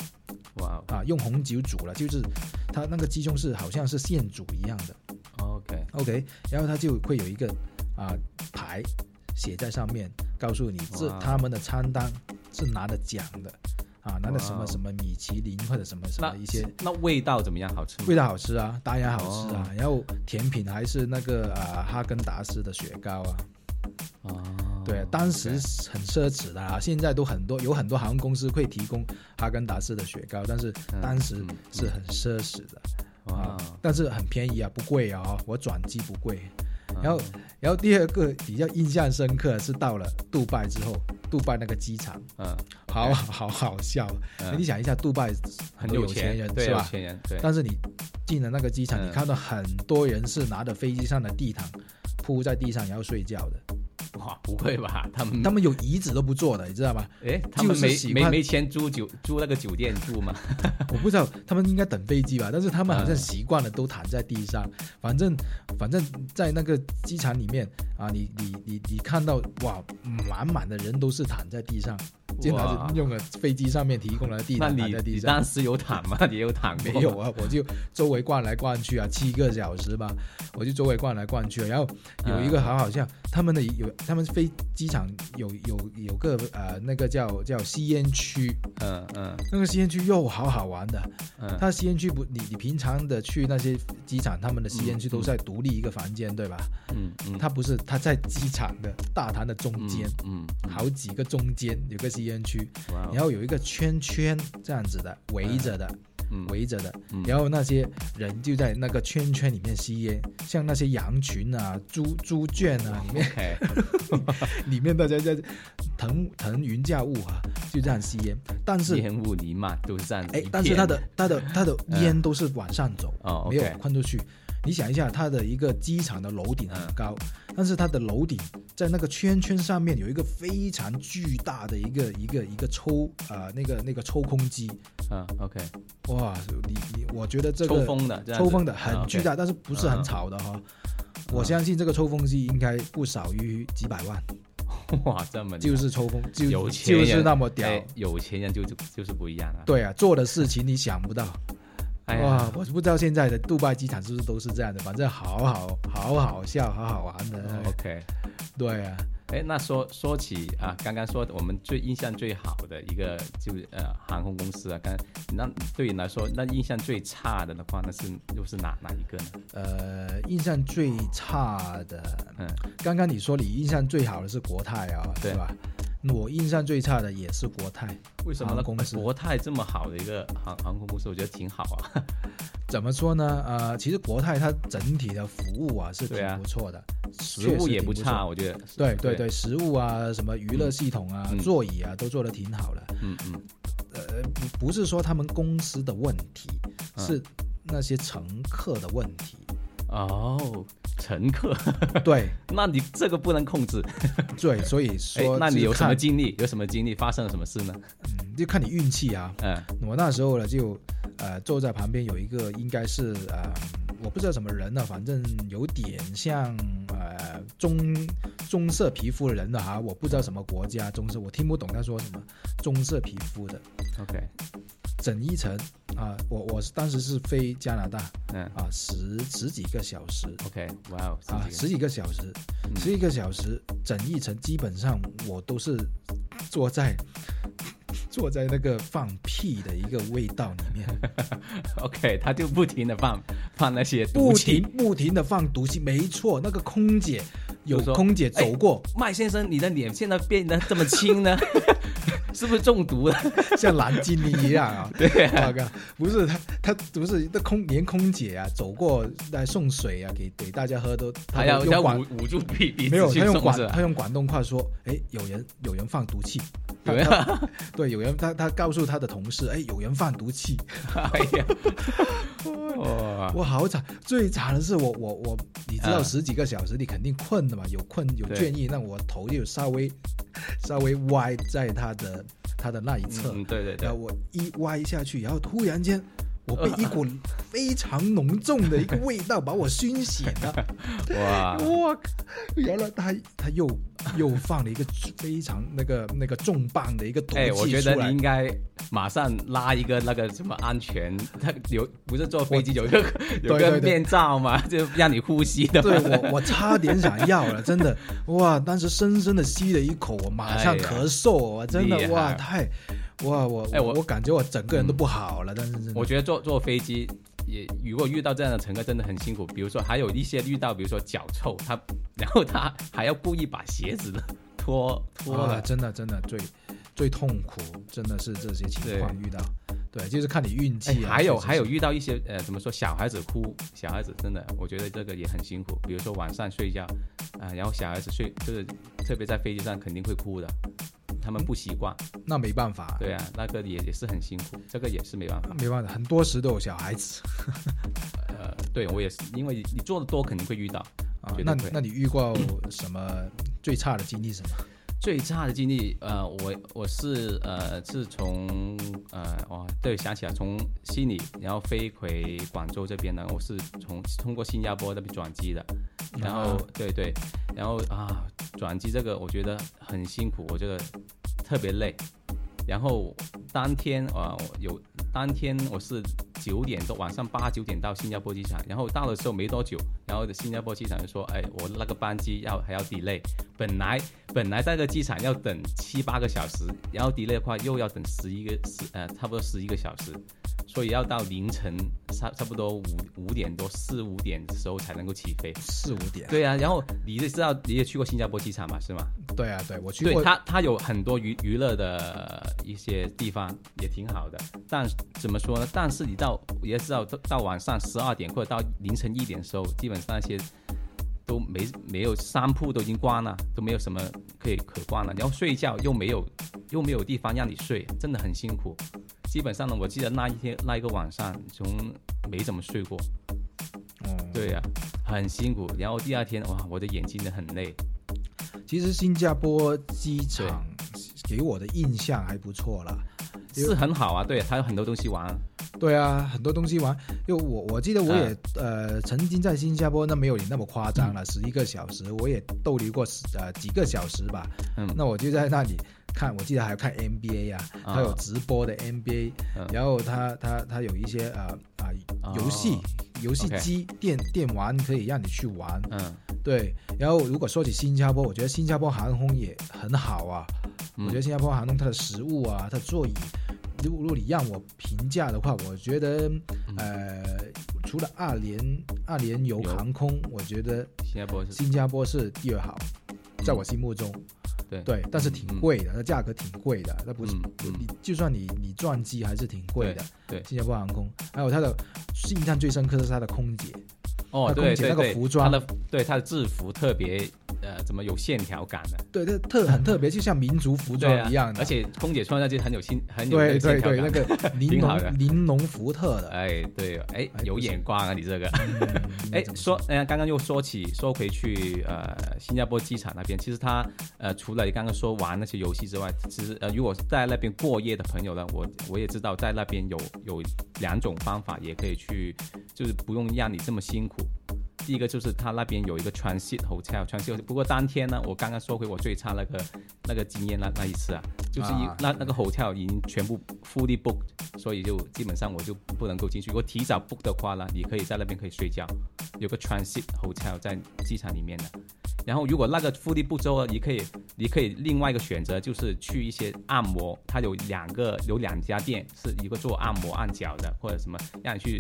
Speaker 1: 哇
Speaker 2: 啊，用红酒煮了，就是它那个鸡胸是好像是现煮一样的，
Speaker 1: 哦 OK
Speaker 2: OK，然后它就会有一个啊、牌写在上面，告诉你这
Speaker 1: 哇
Speaker 2: 他们的餐单是拿的奖的啊，拿的什
Speaker 1: 哇
Speaker 2: 么
Speaker 1: 哦
Speaker 2: 什么米其林或者什么什么
Speaker 1: 那哦
Speaker 2: 一些，
Speaker 1: 那味道怎么样？好吃吗？
Speaker 2: 味道好吃啊，当然好吃啊。然后甜品还是那个啊、哈根达斯的雪糕啊，
Speaker 1: 哦
Speaker 2: 对，当时很奢侈的啊，现在都很多有很多航空公司会提供哈根达斯的雪糕，但是
Speaker 1: 嗯
Speaker 2: 当时
Speaker 1: 嗯
Speaker 2: 是很奢侈的。
Speaker 1: 哇
Speaker 2: 啊，，但是很便宜啊，不贵啊、哦，我转机不贵。
Speaker 1: 嗯
Speaker 2: 然后，然后第二个比较印象深刻是到了杜拜之后，杜拜那个机场，
Speaker 1: 嗯，
Speaker 2: 好好好笑。啊
Speaker 1: 嗯
Speaker 2: 你想一下，杜拜
Speaker 1: 很
Speaker 2: 多有
Speaker 1: 钱
Speaker 2: 人
Speaker 1: 对
Speaker 2: 是
Speaker 1: 有
Speaker 2: 吧？
Speaker 1: 钱人对，
Speaker 2: 但是你进了那个机场，
Speaker 1: 嗯
Speaker 2: 你看到很多人是拿着飞机上的地毯铺在地上，然后睡觉的，
Speaker 1: 哇，不会吧？他们
Speaker 2: 他们有椅子都不坐的，你知道吗？
Speaker 1: 哎，他们
Speaker 2: 就是
Speaker 1: 没
Speaker 2: 喜欢
Speaker 1: 没没钱租酒租那个酒店住吗？
Speaker 2: 我不知道他们应该等飞机吧，但是他们好像
Speaker 1: 嗯
Speaker 2: 习惯了都躺在地上，反正反正在那个机场里面啊，你你你你看到哇，满满的人都是躺在地上，经常
Speaker 1: 哇
Speaker 2: 是用了飞机上面提供的地
Speaker 1: 那
Speaker 2: 毯
Speaker 1: 你
Speaker 2: 躺在地
Speaker 1: 你
Speaker 2: 上。
Speaker 1: 当时有躺
Speaker 2: [laughs]
Speaker 1: 吗？你有躺过
Speaker 2: 没有啊，我就周围逛来逛去啊，七个小时吧，我就周围逛来逛去、啊，然后有一个好好像他们的有他们飞机场有有有个呃那个叫叫吸烟区，
Speaker 1: 嗯嗯
Speaker 2: 那个吸烟区又好好玩的，
Speaker 1: 嗯，
Speaker 2: 它吸烟区不，你你平常的去那些机场，他们的吸烟区
Speaker 1: 嗯
Speaker 2: 都是在独立一个房间，对吧？
Speaker 1: 嗯嗯，
Speaker 2: 它不是，它在机场的大堂的中间，
Speaker 1: 嗯，
Speaker 2: 好几个中间有个吸烟区，
Speaker 1: 哇哦，
Speaker 2: 然后有一个圈圈这样子的围着的，
Speaker 1: 嗯
Speaker 2: 围着的，
Speaker 1: 嗯
Speaker 2: 然后那些人就在那个圈圈里面吸烟，像那些羊群啊、猪猪圈啊
Speaker 1: 嗯
Speaker 2: 里面， [laughs]
Speaker 1: OK，
Speaker 2: 里面大家在腾腾云驾雾啊，就这样吸烟。但是，
Speaker 1: 烟雾弥漫都是这样子一
Speaker 2: 哎
Speaker 1: 片，，
Speaker 2: 但是他的他的他的
Speaker 1: 嗯
Speaker 2: 烟都是往上走，
Speaker 1: 哦
Speaker 2: 没有
Speaker 1: OK，
Speaker 2: 喷出去。你想一下，它的一个机场的楼顶很高，
Speaker 1: 嗯
Speaker 2: 但是它的楼顶在那个圈圈上面有一个非常巨大的一个一个一个抽啊、呃那个那个抽空机，
Speaker 1: 嗯 OK，
Speaker 2: 哇，你你我觉得这个
Speaker 1: 抽风的这样子，嗯
Speaker 2: 抽风的
Speaker 1: 啊
Speaker 2: 很
Speaker 1: ，OK
Speaker 2: 巨大，但是不是很吵的哈、我相信这个抽风机应该不少于几百万，
Speaker 1: [laughs] 哇，这么厉害
Speaker 2: 就是抽风，就
Speaker 1: 有钱
Speaker 2: 就
Speaker 1: 人
Speaker 2: 是那么屌。
Speaker 1: 哎，有钱人就就就是不一样啊。，
Speaker 2: 对啊，做的事情你想不到、
Speaker 1: 哎呀
Speaker 2: 哇！，我不知道现在的杜拜机场是不是都是这样的，反正好好好好笑，好好玩的。
Speaker 1: OK，
Speaker 2: 对啊，
Speaker 1: 哎，那说说起啊，刚刚说我们最印象最好的一个就是呃航空公司啊，刚那对你来说，那印象最差的的话，那是又是哪哪一个呢？
Speaker 2: 呃，印象最差的，
Speaker 1: 嗯，
Speaker 2: 刚刚你说你印象最好的是国泰啊，
Speaker 1: 对
Speaker 2: 是吧？我印象最差的也是国泰，
Speaker 1: 为什么呢？
Speaker 2: 航空公司
Speaker 1: 国泰这么好的一个航航空公司，我觉得挺好啊。
Speaker 2: [laughs] 怎么说呢？呃，其实国泰它整体的服务啊是挺
Speaker 1: 对啊
Speaker 2: 不错的，
Speaker 1: 食物也
Speaker 2: 不
Speaker 1: 差，。我觉得。
Speaker 2: 对对对，食物啊，什么娱乐系统啊、
Speaker 1: 嗯
Speaker 2: 座椅啊，都做得挺好的。
Speaker 1: 嗯嗯
Speaker 2: 呃，不不是说他们公司的问题，
Speaker 1: 嗯
Speaker 2: 是那些乘客的问题。
Speaker 1: 哦，乘客，
Speaker 2: 对
Speaker 1: 那你这个不能控制。
Speaker 2: 对，所以
Speaker 1: 哎
Speaker 2: 说，，
Speaker 1: 那你有
Speaker 2: 就
Speaker 1: 什么
Speaker 2: 看
Speaker 1: 经历？有什么经历？发生了什么事呢？
Speaker 2: 嗯，就看你运气啊。
Speaker 1: 嗯
Speaker 2: 我那时候呢，就呃坐在旁边有一个应该是呃我不知道什么人呢、反正有点像呃棕棕色皮肤的人啊的哈、我不知道什么国家棕色，我听不懂他说什么棕色皮肤的，
Speaker 1: ，OK，
Speaker 2: 整一层啊、我我是当时是飞加拿大
Speaker 1: 嗯
Speaker 2: 啊、十十几个小时
Speaker 1: ，OK，哇哦，
Speaker 2: 啊、
Speaker 1: 十
Speaker 2: 十
Speaker 1: 几
Speaker 2: 几个小时，
Speaker 1: 嗯
Speaker 2: 十几个小时整一层基本上我都是坐在。坐在那个放屁的一个味道里面，
Speaker 1: 个 OK，他就不停的放放那些毒
Speaker 2: 不
Speaker 1: 气
Speaker 2: 停。不停的放毒气，没错，那个空姐有
Speaker 1: 就说
Speaker 2: 空姐走过，
Speaker 1: 麦先生，你的脸现在变得这么青
Speaker 2: [laughs]
Speaker 1: 呢，是不是中毒了？
Speaker 2: 像蓝精灵一样啊。对啊，不是她，她不是那空连空姐啊，走过来送水啊，给给大家喝都，
Speaker 1: 他
Speaker 2: 她都
Speaker 1: 要
Speaker 2: 用
Speaker 1: 要
Speaker 2: 广
Speaker 1: 捂捂住鼻鼻
Speaker 2: 没有，
Speaker 1: 子去
Speaker 2: 她用
Speaker 1: 送是
Speaker 2: 广 [laughs]
Speaker 1: 吧？
Speaker 2: 她用广东话说，哎，有人有人放毒气，她
Speaker 1: 有人
Speaker 2: 她 [laughs] 对有人她她告诉她的同事，哎，有人放毒气，
Speaker 1: 哎呀，哇，
Speaker 2: 我好惨，最惨的是我我我，你知道十几个小时你肯定困的嘛，有困有
Speaker 1: 啊对
Speaker 2: 倦意，那我头就稍微 [laughs] 稍微歪在他的他的那一侧，
Speaker 1: 嗯，对对对
Speaker 2: 然后，我一歪下去，然后突然间我被一股非常浓重的一个味道把我熏醒
Speaker 1: [laughs]
Speaker 2: 了，
Speaker 1: 哇，
Speaker 2: 哇！原来他他又又放了一个非常那个那个重磅的一个毒
Speaker 1: 哎，我
Speaker 2: 气
Speaker 1: 觉
Speaker 2: 出
Speaker 1: 得
Speaker 2: 来
Speaker 1: 你应，该马上拉一个那个什么安全，他有不是坐飞机
Speaker 2: [laughs]
Speaker 1: 有一个有一
Speaker 2: 对
Speaker 1: 个
Speaker 2: 对对
Speaker 1: 面罩嘛，就让你呼吸的嘛。
Speaker 2: [laughs] 对我，我差点想要了，真的，哇！当时深深的吸了一口，我马上
Speaker 1: 哎呀
Speaker 2: 咳嗽，我真的
Speaker 1: 厉害
Speaker 2: 哇，太，哇我
Speaker 1: 哎我嗯
Speaker 2: 我感觉我整个人都不好了，但是真的
Speaker 1: 我觉得坐坐飞机也如果遇到这样的乘客真的很辛苦，比如说还有一些遇到比如说脚臭，他然后他还要故意把鞋子脱脱
Speaker 2: 哇，
Speaker 1: 了。
Speaker 2: 真的真的最最痛苦，真的是这些情况遇到，对，就是看你运
Speaker 1: 哎
Speaker 2: 气、啊。
Speaker 1: 还有
Speaker 2: 确实是
Speaker 1: 还有，遇到一些呃怎么说小孩子哭，小孩子真的我觉得这个也很辛苦。比如说晚上睡觉，啊、然后小孩子睡就是特别在飞机上肯定会哭的，他们不习惯。
Speaker 2: 那没办法，
Speaker 1: 对啊，那个也也是很辛苦，这个也是没办法。
Speaker 2: 没办法，很多时都有小孩子
Speaker 1: 呃，对我也是，因为你做的多肯定会遇到。
Speaker 2: 啊
Speaker 1: 绝。对
Speaker 2: 那
Speaker 1: 会
Speaker 2: 那你遇过什么最差的经历是什么？
Speaker 1: 最差的经历，呃，我我是呃是从呃哇，对，想起来从悉尼，然后飞回广州这边呢，我是从通过新加坡那边转机的，然后、对对，然后啊转机这个我觉得很辛苦，我觉得特别累，然后当天啊、呃我有当天我是九点多晚上八九点到新加坡机场，然后到的时候没多久，然后新加坡机场就说，哎，我那个班机要还要 delay，本来本来在这个机场要等七八个小时，然后 delay 的话又要等十一个十呃差不多十一个小时，所以要到凌晨差差不多五五点多四五点的时候才能够起飞。
Speaker 2: 四五点。
Speaker 1: 对啊，然后你也知道，你也去过新加坡机场嘛，是吗？
Speaker 2: 对啊，对我去
Speaker 1: 对
Speaker 2: 过，
Speaker 1: 它，它有很多娱娱乐的一些地方，也挺好的。但怎么说呢？但是你到也知道，到到晚上十二点或者到凌晨一点的时候，基本上那些都没没有商铺都已经关了，都没有什么可以可逛了。然后睡觉又没有又没有地方让你睡，真的很辛苦。基本上呢，我记得那一天那一个晚上，从没怎么睡过。
Speaker 2: 嗯，
Speaker 1: 对呀、很辛苦。然后第二天，哇，我的眼睛也很累。
Speaker 2: 其实新加坡机场给我的印象还不错啦。
Speaker 1: 是很好啊，对，它有很多东西玩啊。
Speaker 2: 对啊，很多东西玩。因为我我记得我
Speaker 1: 啊
Speaker 2: 也、呃曾经在新加坡，那没有你那么夸张了，
Speaker 1: 嗯
Speaker 2: 十一、个小时，我也逗留过十呃几个小时吧。
Speaker 1: 嗯
Speaker 2: 那我就在那里看，我记得还有看 NBA 呀、
Speaker 1: 啊
Speaker 2: 他有直播的 NBA，、
Speaker 1: 嗯
Speaker 2: 然后他他他有一些呃啊、
Speaker 1: 哦
Speaker 2: 游戏。游戏
Speaker 1: OK
Speaker 2: 机、电电玩可以让你去玩，
Speaker 1: 嗯
Speaker 2: 对。然后如果说起新加坡，我觉得新加坡航空也很好啊。
Speaker 1: 嗯
Speaker 2: 我觉得新加坡航空它的食物啊，它的座椅，如如果你让我评价的话，我觉得
Speaker 1: 嗯
Speaker 2: 呃，除了阿联阿联
Speaker 1: 有
Speaker 2: 酋航空，我觉得
Speaker 1: 新加坡是嗯
Speaker 2: 新加坡是第二好，在我心目中。
Speaker 1: 对
Speaker 2: 对，但是挺贵的，它价格挺贵的，那不是、
Speaker 1: 嗯嗯
Speaker 2: 你就算你你转机还是挺贵的。
Speaker 1: 对对
Speaker 2: 新加坡航空，还有它的印象最深刻的是它的空姐，
Speaker 1: 哦，
Speaker 2: 那
Speaker 1: 对
Speaker 2: 空姐
Speaker 1: 对
Speaker 2: 那个
Speaker 1: 对，
Speaker 2: 服装
Speaker 1: 它的对它的制服特别呃，怎么有线条感的，
Speaker 2: 对，它
Speaker 1: [laughs]
Speaker 2: 特很特别，就像民族服装
Speaker 1: 对啊
Speaker 2: 一样的，
Speaker 1: 而且空姐穿上去很有线很有那
Speaker 2: 对
Speaker 1: 个
Speaker 2: 对
Speaker 1: 线条
Speaker 2: 对，那
Speaker 1: 感。 [laughs]
Speaker 2: 个玲
Speaker 1: 挺好的
Speaker 2: 珑玲珑福特
Speaker 1: [laughs]
Speaker 2: 的，
Speaker 1: 哎，对，哎
Speaker 2: 哎，
Speaker 1: 有
Speaker 2: 不是
Speaker 1: 眼光啊，你这个。
Speaker 2: 嗯
Speaker 1: 哎，说，哎、刚刚又说起，说回去，呃，新加坡机场那边，其实他，呃，除了你刚刚说玩那些游戏之外，其实，呃，如果在那边过夜的朋友呢，我我也知道，在那边有有两种方法，也可以去，就是不用让你这么辛苦。第一个就是他那边有一个 transit hotel，transit，不过当天呢，我刚刚说回我最差那个那个经验那那一次啊，就是一、
Speaker 2: 啊
Speaker 1: 那那个 hotel 已经全部 fully booked，所以就基本上我就不能够进去。如果提早 book 的话呢，你可以在那边可以睡觉。有个 transit hotel 在机场里面的。然后如果那个腹地不周啊，你可以你可以另外一个选择就是去一些按摩，它有两个有两家店，是一个做按摩按脚的，或者什么让你去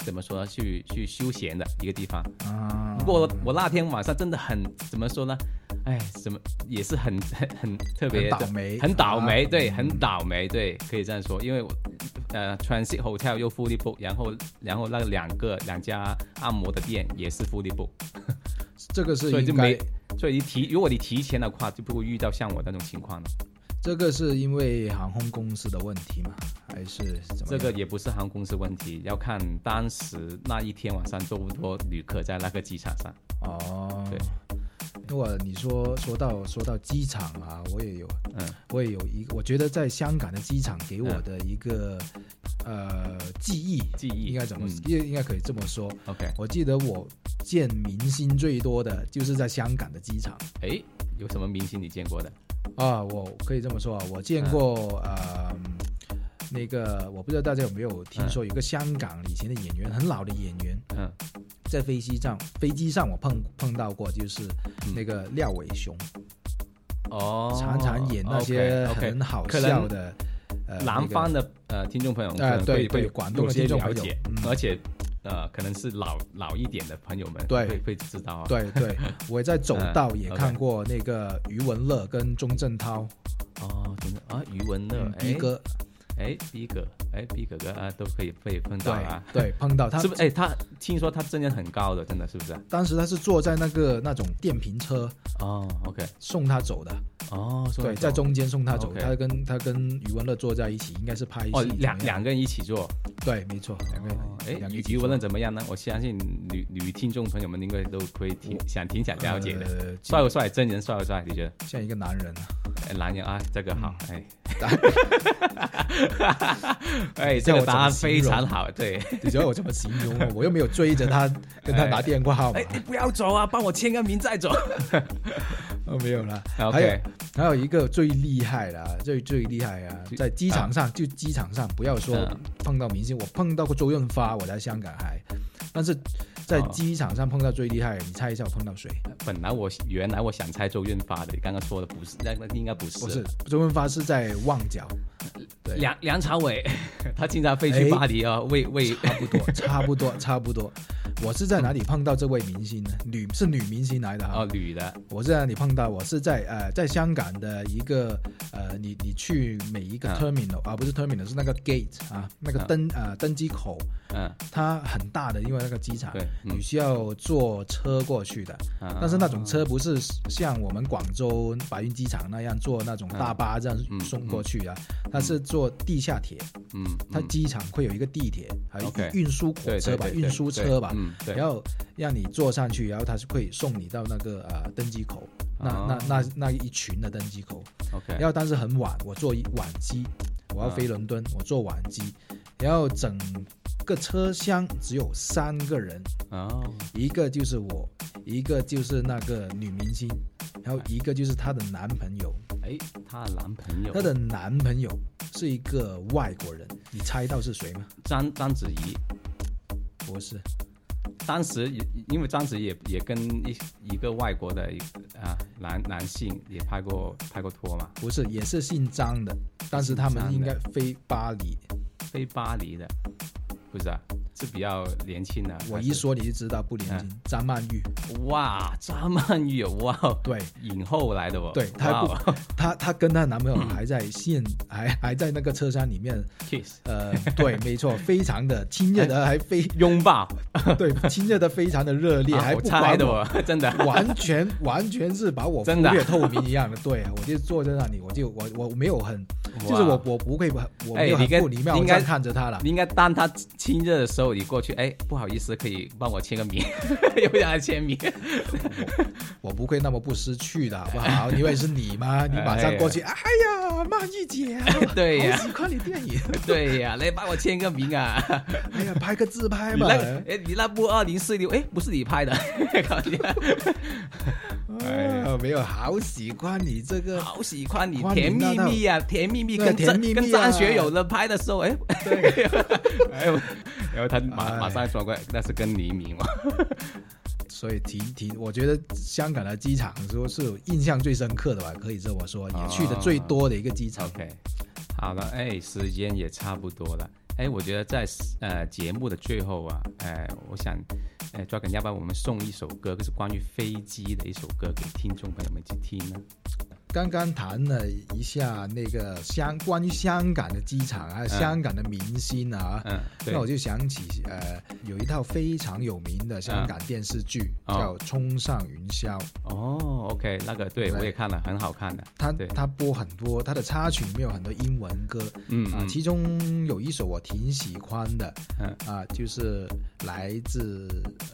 Speaker 1: 怎么说呢去去休闲的一个地方。
Speaker 2: 啊
Speaker 1: 不过我那天晚上真的很怎么说呢？哎，怎么也是很 [laughs] 很很特别的
Speaker 2: 很倒霉，
Speaker 1: 很倒霉，
Speaker 2: 啊
Speaker 1: 对，很倒霉，对，可以这样说，因为我呃，transit hotel 又 fully book，然后然后那两个两家按摩的店也是 fully book，
Speaker 2: 这个是
Speaker 1: 所以就
Speaker 2: 应该
Speaker 1: 没，所以你提如果你提前的话，就不会遇到像我那种情况了。
Speaker 2: 这个是因为航空公司的问题嘛，还是怎么
Speaker 1: 这
Speaker 2: 样？
Speaker 1: 个也不是航空公司问题，要看当时那一天晚上多不多旅客在那个机场上。
Speaker 2: 哦，
Speaker 1: 对。
Speaker 2: 如果你说说到说到机场啊，我也有，
Speaker 1: 嗯，
Speaker 2: 我也有一个，我觉得在香港的机场给我的一个、呃记忆，
Speaker 1: 记忆
Speaker 2: 应该怎么
Speaker 1: 嗯，
Speaker 2: 应、应该可以这么说。
Speaker 1: OK，
Speaker 2: 我记得我见明星最多的就是在香港的机场
Speaker 1: 哎，有什么明星你见过的？
Speaker 2: 啊，我可以这么说啊，我见过、
Speaker 1: 嗯
Speaker 2: 呃。那个我不知道大家有没有听说，有个香港以前的演员，很老的演员，
Speaker 1: 嗯，
Speaker 2: 在飞机上，飞机上我碰碰到过，就是
Speaker 1: 嗯
Speaker 2: 那个廖伟雄，
Speaker 1: 哦，
Speaker 2: 常常演那些
Speaker 1: OK，OK
Speaker 2: 很好
Speaker 1: 可能
Speaker 2: 笑的，呃，
Speaker 1: 南方的呃听众朋友可能
Speaker 2: 呃
Speaker 1: 会，
Speaker 2: 对对
Speaker 1: 会
Speaker 2: 广东的
Speaker 1: 有些
Speaker 2: 听众朋
Speaker 1: 了
Speaker 2: 友
Speaker 1: 解，
Speaker 2: 嗯
Speaker 1: 而且呃可能是老老一点的朋友们
Speaker 2: 对
Speaker 1: 会会知道啊。
Speaker 2: 那个。对对，我在走道也
Speaker 1: [laughs] 嗯，OK
Speaker 2: 看过那个余文乐跟钟镇涛、
Speaker 1: 哦，真的啊，余文乐
Speaker 2: 嗯，逼
Speaker 1: 哎
Speaker 2: 哥，
Speaker 1: 哎逼哥，哎逼哥哥啊，都可以被碰到
Speaker 2: 对
Speaker 1: 啊。
Speaker 2: 对，碰到他
Speaker 1: [laughs] 是，不是？哎，他听说他真人很高的，真的是不是啊？
Speaker 2: 当时他是坐在那个那种电瓶车
Speaker 1: 哦，OK，
Speaker 2: 送他走的，
Speaker 1: 哦，说
Speaker 2: 对，
Speaker 1: 得
Speaker 2: 在
Speaker 1: 通
Speaker 2: 中间送他走，
Speaker 1: OK
Speaker 2: 他跟他跟余文乐坐在一起，应该是拍戏
Speaker 1: 哦
Speaker 2: 怎么样，
Speaker 1: 两两个人一起做，
Speaker 2: 对，没错，两个人
Speaker 1: 哦，哎，
Speaker 2: 两个
Speaker 1: 余
Speaker 2: 一起
Speaker 1: 余文
Speaker 2: 坐
Speaker 1: 乐怎么样呢？我相信女女听众朋友们应该都会挺想挺想了解的，
Speaker 2: 呃
Speaker 1: 帅不帅？真人帅不帅？你觉得？
Speaker 2: 像一个男人啊。
Speaker 1: 哎男人啊，这个好，
Speaker 2: 嗯
Speaker 1: 哎
Speaker 2: [laughs] 答，
Speaker 1: 哎，这
Speaker 2: 叫我
Speaker 1: 个
Speaker 2: 怎
Speaker 1: 答
Speaker 2: 么
Speaker 1: 案
Speaker 2: 形
Speaker 1: 非
Speaker 2: 容
Speaker 1: 常好，对，
Speaker 2: 你知道我怎么形
Speaker 1: [laughs]
Speaker 2: 容吗？我又没
Speaker 1: 哎
Speaker 2: 有追着他，跟他拿电话号码
Speaker 1: 哎，。你不要走啊，帮我签个名再走，
Speaker 2: 哦，没有啦。还有
Speaker 1: OK，
Speaker 2: 还有一个最厉害的、啊，最最厉害啊，
Speaker 1: 最
Speaker 2: 在机场上、就机场上，不要说
Speaker 1: 嗯
Speaker 2: 碰到明星，我碰到过周润发，我在香港还，但是在
Speaker 1: 哦
Speaker 2: 机场上碰到最厉害的，你猜一下我碰到谁？
Speaker 1: 本来我原来我想猜周润发的，你刚刚说的不是，那那应该不是。
Speaker 2: 不是周润发是在旺角，对
Speaker 1: 梁梁朝
Speaker 2: [laughs]
Speaker 1: 伟，他经常飞去
Speaker 2: 哎
Speaker 1: 巴黎啊，为为
Speaker 2: 差不多，差不多，差不多。我是在哪里碰到这位明星呢？女是女明星来的啊。
Speaker 1: 哦女的
Speaker 2: 我是在哪里碰到？我是在呃，在香港的一个呃，你你去每一个
Speaker 1: 啊
Speaker 2: terminal 啊，不是 terminal 是那个 gate 啊，那个
Speaker 1: 啊
Speaker 2: 登啊登机口，
Speaker 1: 嗯，
Speaker 2: 它很大的，因为那个机场
Speaker 1: 对，嗯
Speaker 2: 你需要坐车过去的。
Speaker 1: 啊
Speaker 2: 啊但是那种车不是像我们广州白云机场那样坐那种大巴这样
Speaker 1: 嗯
Speaker 2: 送过去啊，它是坐地下铁，
Speaker 1: 嗯，
Speaker 2: 它
Speaker 1: 嗯
Speaker 2: 机场会有一个地铁，还有
Speaker 1: OK
Speaker 2: 运输火
Speaker 1: 对
Speaker 2: 车
Speaker 1: 对
Speaker 2: 吧，
Speaker 1: 对
Speaker 2: 运
Speaker 1: 对
Speaker 2: 输
Speaker 1: 对
Speaker 2: 车吧，
Speaker 1: 嗯，对，
Speaker 2: 然后让你坐上去，然后它是会送你到那个呃登机口，那、
Speaker 1: 哦
Speaker 2: 那那那一群的登机口，
Speaker 1: OK，
Speaker 2: 然后但是很晚，我坐一晚机，我要飞伦敦，我坐晚机，然后整个车厢只有三个人，
Speaker 1: 哦
Speaker 2: 一个就是我，一个就是那个女明星，然后一个就是她的男朋友，
Speaker 1: 哎，她男朋友
Speaker 2: 她的男朋友是一个外国人，你猜到是谁吗？
Speaker 1: 章章子怡，
Speaker 2: 不是，
Speaker 1: 当时也因为章子怡也也跟一一个外国的一啊男男性也拍过拍过拖嘛，
Speaker 2: 不是，也是姓张的，但是他们应该飞巴黎。
Speaker 1: 飞巴黎的，不是啊，是比较年轻的。
Speaker 2: 我
Speaker 1: 还
Speaker 2: 一
Speaker 1: 是
Speaker 2: 说你就知道不
Speaker 1: 哎
Speaker 2: 年轻，张曼玉，
Speaker 1: 哇，张曼玉哇，
Speaker 2: 对
Speaker 1: 影后来的哦，
Speaker 2: 对，她
Speaker 1: 哇
Speaker 2: 不， [laughs] 她她跟她男朋友还
Speaker 1: [laughs]
Speaker 2: 在现，还还在那个车厢里面，
Speaker 1: kiss
Speaker 2: 呃，
Speaker 1: [laughs]
Speaker 2: 对，没错，非常的亲热
Speaker 1: 哎
Speaker 2: 的，还非
Speaker 1: 拥抱，
Speaker 2: 对亲热的非常的热烈，
Speaker 1: 啊
Speaker 2: 还
Speaker 1: 我
Speaker 2: 不
Speaker 1: 猜
Speaker 2: 管
Speaker 1: 的
Speaker 2: 我，
Speaker 1: 哦， [laughs] 真的，
Speaker 2: 完全完全是把我
Speaker 1: 真的啊
Speaker 2: 忽略透明一样的，对啊，我就坐在那里，我就我我没有很，就是
Speaker 1: 哇
Speaker 2: 我我不会很，我
Speaker 1: 哎
Speaker 2: 没有很
Speaker 1: 你跟
Speaker 2: 不礼貌
Speaker 1: 应
Speaker 2: 这
Speaker 1: 该
Speaker 2: 样看着她了，
Speaker 1: 你应该当他亲热的时候，你过去，哎，不好意思，可以帮我签个名， [laughs] 有点爱签名。
Speaker 2: 我不会那么不识趣的好不好？因为是
Speaker 1: [laughs]
Speaker 2: 你嘛，你马上过去，哎呀，曼玉姐啊，
Speaker 1: 对哎呀
Speaker 2: 好喜欢你电影，
Speaker 1: 对呀、来帮我签个名啊！
Speaker 2: 哎呀，拍个自拍
Speaker 1: 你
Speaker 2: 吧
Speaker 1: 那，哎，你那部二零四六，哎，不是你拍的， [laughs] 搞定
Speaker 2: 哎，没有，好喜欢你这个，
Speaker 1: 好喜欢你，
Speaker 2: 欢
Speaker 1: 甜
Speaker 2: 迎
Speaker 1: 蜜
Speaker 2: 娜娜
Speaker 1: 蜜啊，甜蜜蜜
Speaker 2: 对
Speaker 1: 跟
Speaker 2: 甜
Speaker 1: 张
Speaker 2: 蜜蜜
Speaker 1: 跟张
Speaker 2: 啊
Speaker 1: 学友的拍的时候，哎，
Speaker 2: 对，
Speaker 1: [laughs] 哎呦，然后他马
Speaker 2: 哎
Speaker 1: 马上转过来，那是跟黎明嘛？ [laughs]
Speaker 2: 所以提提，我觉得香港的机场说是我印象最深刻的吧，可以这么说，也去的最多的一个机场，
Speaker 1: OK，好了，哎，时间也差不多了。哎，我觉得在呃节目的最后啊，哎，我想，哎，Dragon，要不然我们送一首歌，就是关于飞机的一首歌给听众朋友们去听呢？
Speaker 2: 刚刚谈了一下那个香关于香港的机场啊，香港的明星啊，
Speaker 1: 嗯，对
Speaker 2: 那，我就想起呃，有一套非常有名的香港电视剧、
Speaker 1: 嗯
Speaker 2: 叫《冲上云霄》，
Speaker 1: 哦，OK，那个对
Speaker 2: 对
Speaker 1: 我也看了，很好看的。
Speaker 2: 它
Speaker 1: 对
Speaker 2: 它播很多，它的插曲里面有很多英文歌
Speaker 1: 嗯
Speaker 2: 啊，
Speaker 1: 嗯
Speaker 2: 其中有一首我挺喜欢的
Speaker 1: 嗯，
Speaker 2: 啊，就是来自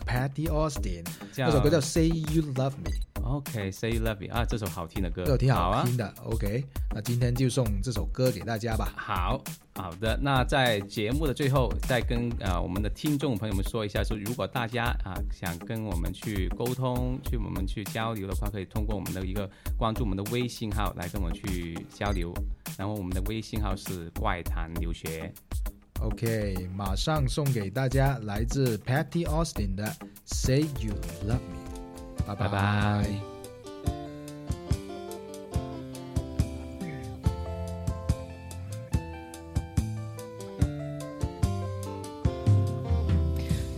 Speaker 2: Patty Austin
Speaker 1: 叫
Speaker 2: 那首歌叫《Say You Love Me》，
Speaker 1: OK，Say You Love Me 啊，这首好听的歌，
Speaker 2: 这首挺好
Speaker 1: 啊。
Speaker 2: 听的。OK，那今天就送这首歌给大家吧。
Speaker 1: 好好的，那在节目的最后，再跟啊、呃我们的听众朋友们说一下，说如果大家啊、想跟我们去沟通、去我们去交流的话，可以通过我们的一个关注我们的微信号来跟我们去交流。然后我们的微信号是怪谈留学。
Speaker 2: OK，马上送给大家来自 Patty Austin 的《Say You Love Me》，拜
Speaker 1: 拜拜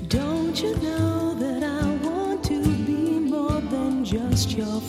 Speaker 3: Don't you know that I want to be more than just your